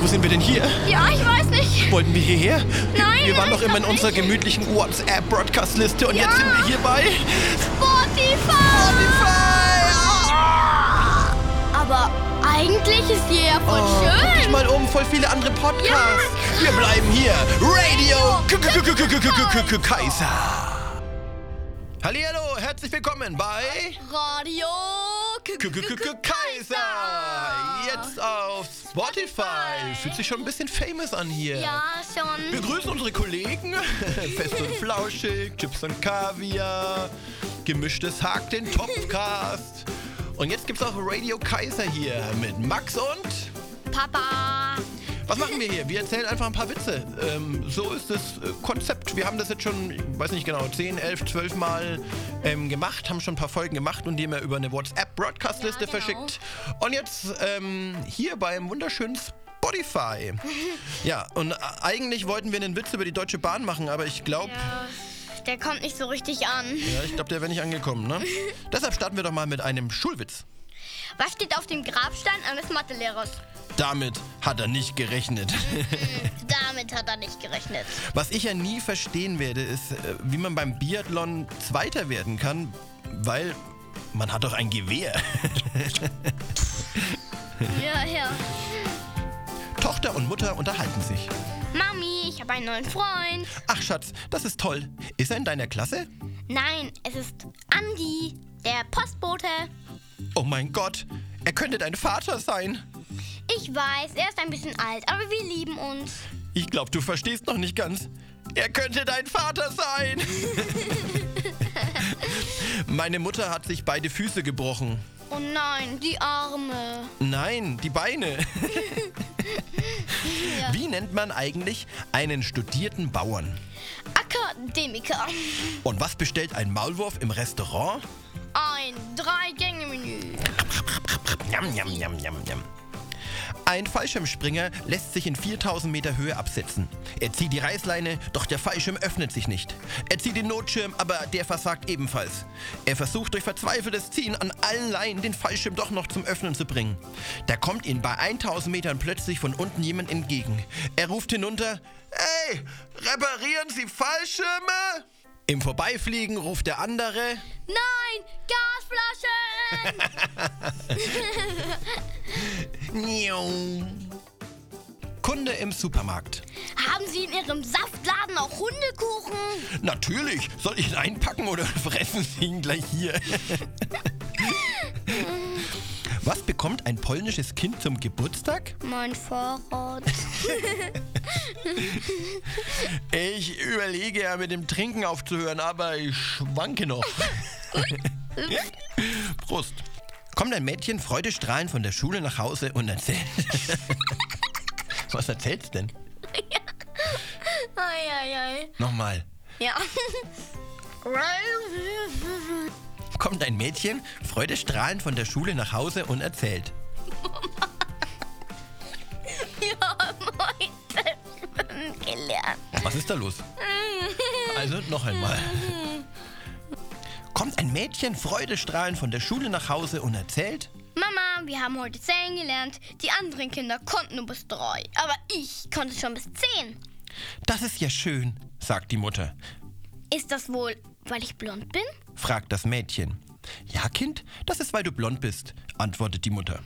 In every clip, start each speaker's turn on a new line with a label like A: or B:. A: Wo sind wir denn hier?
B: Ja, ich weiß nicht.
A: Wollten wir hierher?
B: Nein,
A: Wir waren
B: ja,
A: doch
B: ich
A: immer in
B: glaub
A: unserer
B: nicht.
A: gemütlichen WhatsApp-Broadcast-Liste und
B: Ja.
A: jetzt sind wir hier bei...
B: Spotify! Aber eigentlich ist hier ja voll
A: Oh, guck dich
B: schön.
A: mal um, voll viele andere Podcasts.
B: Ja,
A: wir bleiben hier. Radio
B: Radio
A: K- K- K- K- K- K- K- Kaiser. Hallihallo, herzlich willkommen bei
B: Radio K-
A: K- K- K- K- Kaiser. Jetzt auf Spotify. Fühlt sich schon ein bisschen famous an hier.
B: Ja, schon.
A: Wir grüßen unsere Kollegen. Fest und Flauschig, Chips und Kaviar, gemischtes Hack, den Topfcast. Und jetzt gibt's auch Radio Kaiser hier mit Max und...
B: Papa.
A: Was machen wir hier? Wir erzählen einfach ein paar Witze. Ähm, so ist das äh, Konzept. Wir haben das jetzt schon, ich weiß nicht genau, 10, 11, 12 Mal ähm, gemacht, haben schon ein paar Folgen gemacht und die immer über eine WhatsApp-Broadcast-Liste
B: Ja, genau.
A: verschickt. Und jetzt ähm, hier beim wunderschönen Spotify. ja, und äh, eigentlich wollten wir einen Witz über die Deutsche Bahn machen, aber ich glaube,
B: Ja, der kommt nicht so richtig an.
A: ja. ich glaube, der wäre nicht angekommen, ne? Deshalb starten wir doch mal mit einem Schulwitz.
B: Was steht auf dem Grabstein eines Mathelehrers?
A: Damit hat er nicht gerechnet.
B: Damit hat er nicht gerechnet.
A: Was ich ja nie verstehen werde, ist, äh, wie man beim Biathlon Zweiter werden kann, weil man hat doch ein Gewehr.
B: Ja, ja.
A: Tochter und Mutter unterhalten sich.
B: Mami, ich habe einen neuen Freund.
A: Ach Schatz, das ist toll. Ist er in deiner Klasse?
B: Nein, es ist Andi, der Postbote.
A: Oh mein Gott, er könnte dein Vater sein.
B: Ich weiß, er ist ein bisschen alt, aber wir lieben uns.
A: Ich glaube, du verstehst noch nicht ganz. Er könnte dein Vater sein. Meine Mutter hat sich beide Füße gebrochen.
B: Oh nein, die Arme.
A: Nein, die Beine.
B: Ja.
A: Wie nennt man eigentlich einen studierten Bauern?
B: Akademiker.
A: Und was bestellt ein Maulwurf im Restaurant?
B: Ein Drei-Gänge-Menü.
A: Yam, yam, yam, yam, yam. Ein Fallschirmspringer lässt sich in 4000 Meter Höhe absetzen. Er zieht die Reißleine, doch der Fallschirm öffnet sich nicht. Er zieht den Notschirm, aber der versagt ebenfalls. Er versucht durch verzweifeltes Ziehen an allen Leinen den Fallschirm doch noch zum Öffnen zu bringen. Da kommt ihm bei 1000 Metern plötzlich von unten jemand entgegen. Er ruft hinunter: Hey, reparieren Sie Fallschirme? Im Vorbeifliegen ruft der andere:
B: Nein, Gasflaschen.
A: Miau. Kunde im Supermarkt.
B: Haben Sie in Ihrem Saftladen auch Hundekuchen?
A: Natürlich. Soll ich ihn einpacken oder fressen Sie ihn gleich hier? Was bekommt ein polnisches Kind zum Geburtstag?
B: Mein Fahrrad.
A: Ich überlege ja mit dem Trinken aufzuhören, aber ich schwanke noch. Prost. Kommt ein Mädchen freudestrahlend von der Schule nach Hause und erzählt. Was erzählt's denn?
B: Ei, ei, ei.
A: Nochmal.
B: Ja.
A: kommt ein Mädchen freudestrahlend von der Schule nach Hause und erzählt.
B: ja, moin. Schwimmen gelernt.
A: Was ist da los? Also noch einmal. Kommt ein Mädchen freudestrahlend von der Schule nach Hause und erzählt.
B: Mama, wir haben heute zählen gelernt. Die anderen Kinder konnten nur bis drei. Aber ich konnte schon bis zehn.
A: Das ist ja schön, sagt die Mutter.
B: Ist das wohl, weil ich blond bin?
A: fragt das Mädchen. Ja, Kind, das ist, weil du blond bist, antwortet die Mutter.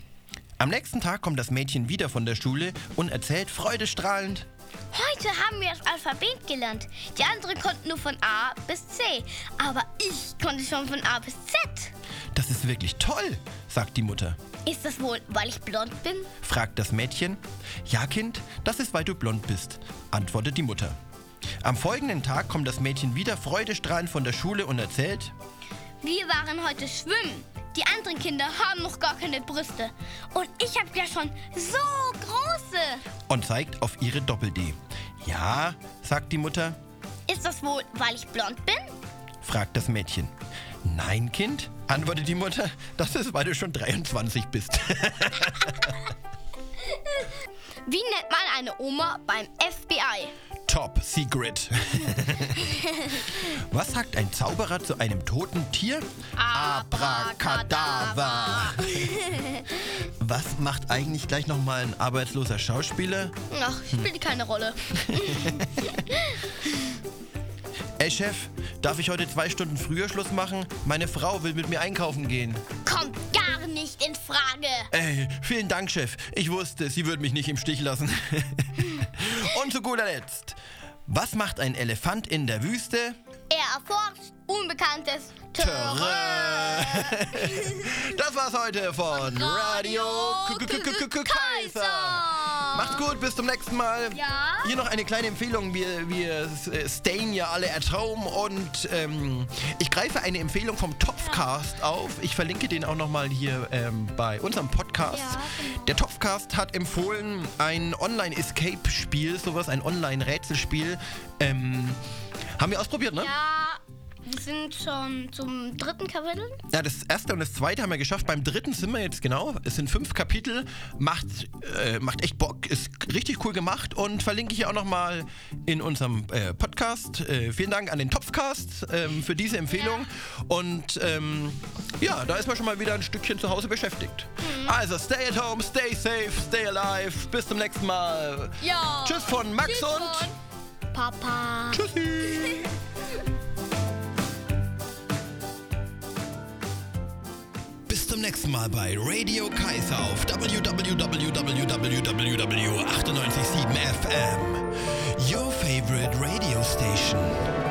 A: Am nächsten Tag kommt das Mädchen wieder von der Schule und erzählt freudestrahlend.
B: Heute haben wir das Alphabet gelernt. Die anderen konnten nur von A bis C. Aber ich konnte schon von A bis Z.
A: Das ist wirklich toll, sagt die Mutter.
B: Ist das wohl, weil ich blond bin?
A: fragt das Mädchen. Ja, Kind, das ist, weil du blond bist, antwortet die Mutter. Am folgenden Tag kommt das Mädchen wieder freudestrahlend von der Schule und erzählt,
B: Wir waren heute schwimmen. Die anderen Kinder haben noch gar keine Brüste. Und ich habe ja schon so große.
A: und zeigt auf ihre Doppel-D. Ja, sagt die Mutter,
B: Ist das wohl, weil ich blond bin?
A: fragt das Mädchen. Nein, Kind, antwortet die Mutter, das ist, weil du schon 23 bist.
B: Wie nennt man eine Oma beim FBI?
A: Top Secret. Was sagt ein Zauberer zu einem toten Tier?
B: Abracadabra.
A: Was macht eigentlich gleich nochmal ein arbeitsloser Schauspieler?
B: Ach, spielt keine Rolle.
A: Ey Chef, darf ich heute zwei Stunden früher Schluss machen? Meine Frau will mit mir einkaufen gehen.
B: Kommt gar nicht in Frage.
A: Ey, vielen Dank, Chef. Ich wusste, sie würde mich nicht im Stich lassen. Und zu guter Letzt, was macht ein Elefant in der Wüste?
B: Er erforscht unbekanntes
A: Terrain. Das war's heute von Radio K- K- K- K- Kaiser. Macht's gut, bis zum nächsten Mal.
B: Ja.
A: Hier noch eine kleine Empfehlung. Wir, wir äh, stayen ja alle at home und ähm, ich greife eine Empfehlung vom Topfcast auf. Ich verlinke den auch nochmal hier ähm, bei unserem Podcast.
B: Ja, genau.
A: Der Topfcast hat empfohlen ein Online-Escape-Spiel, sowas, ein Online-Rätselspiel. Ähm, haben wir ausprobiert, ne?
B: Ja, wir sind schon zum dritten Kapitel.
A: Ja, das erste und das zweite haben wir geschafft. Beim dritten sind wir jetzt genau. Es sind fünf Kapitel. Macht, äh, macht echt Bock. Ist richtig cool gemacht und verlinke ich auch nochmal in unserem äh, Podcast. Äh, vielen Dank an den Topfcast ähm, für diese Empfehlung. Und ähm, ja, da ist man schon mal wieder ein Stückchen zu Hause beschäftigt.
B: Mhm.
A: Also stay at home, stay safe, stay alive. Bis zum nächsten Mal.
B: Ja.
A: Tschüss von Max
B: Tschüss
A: und
B: von Papa.
A: Tschüssi. Bis zum nächsten Mal bei Radio Kaiser auf www.www.www.987fm. Your favorite radio station.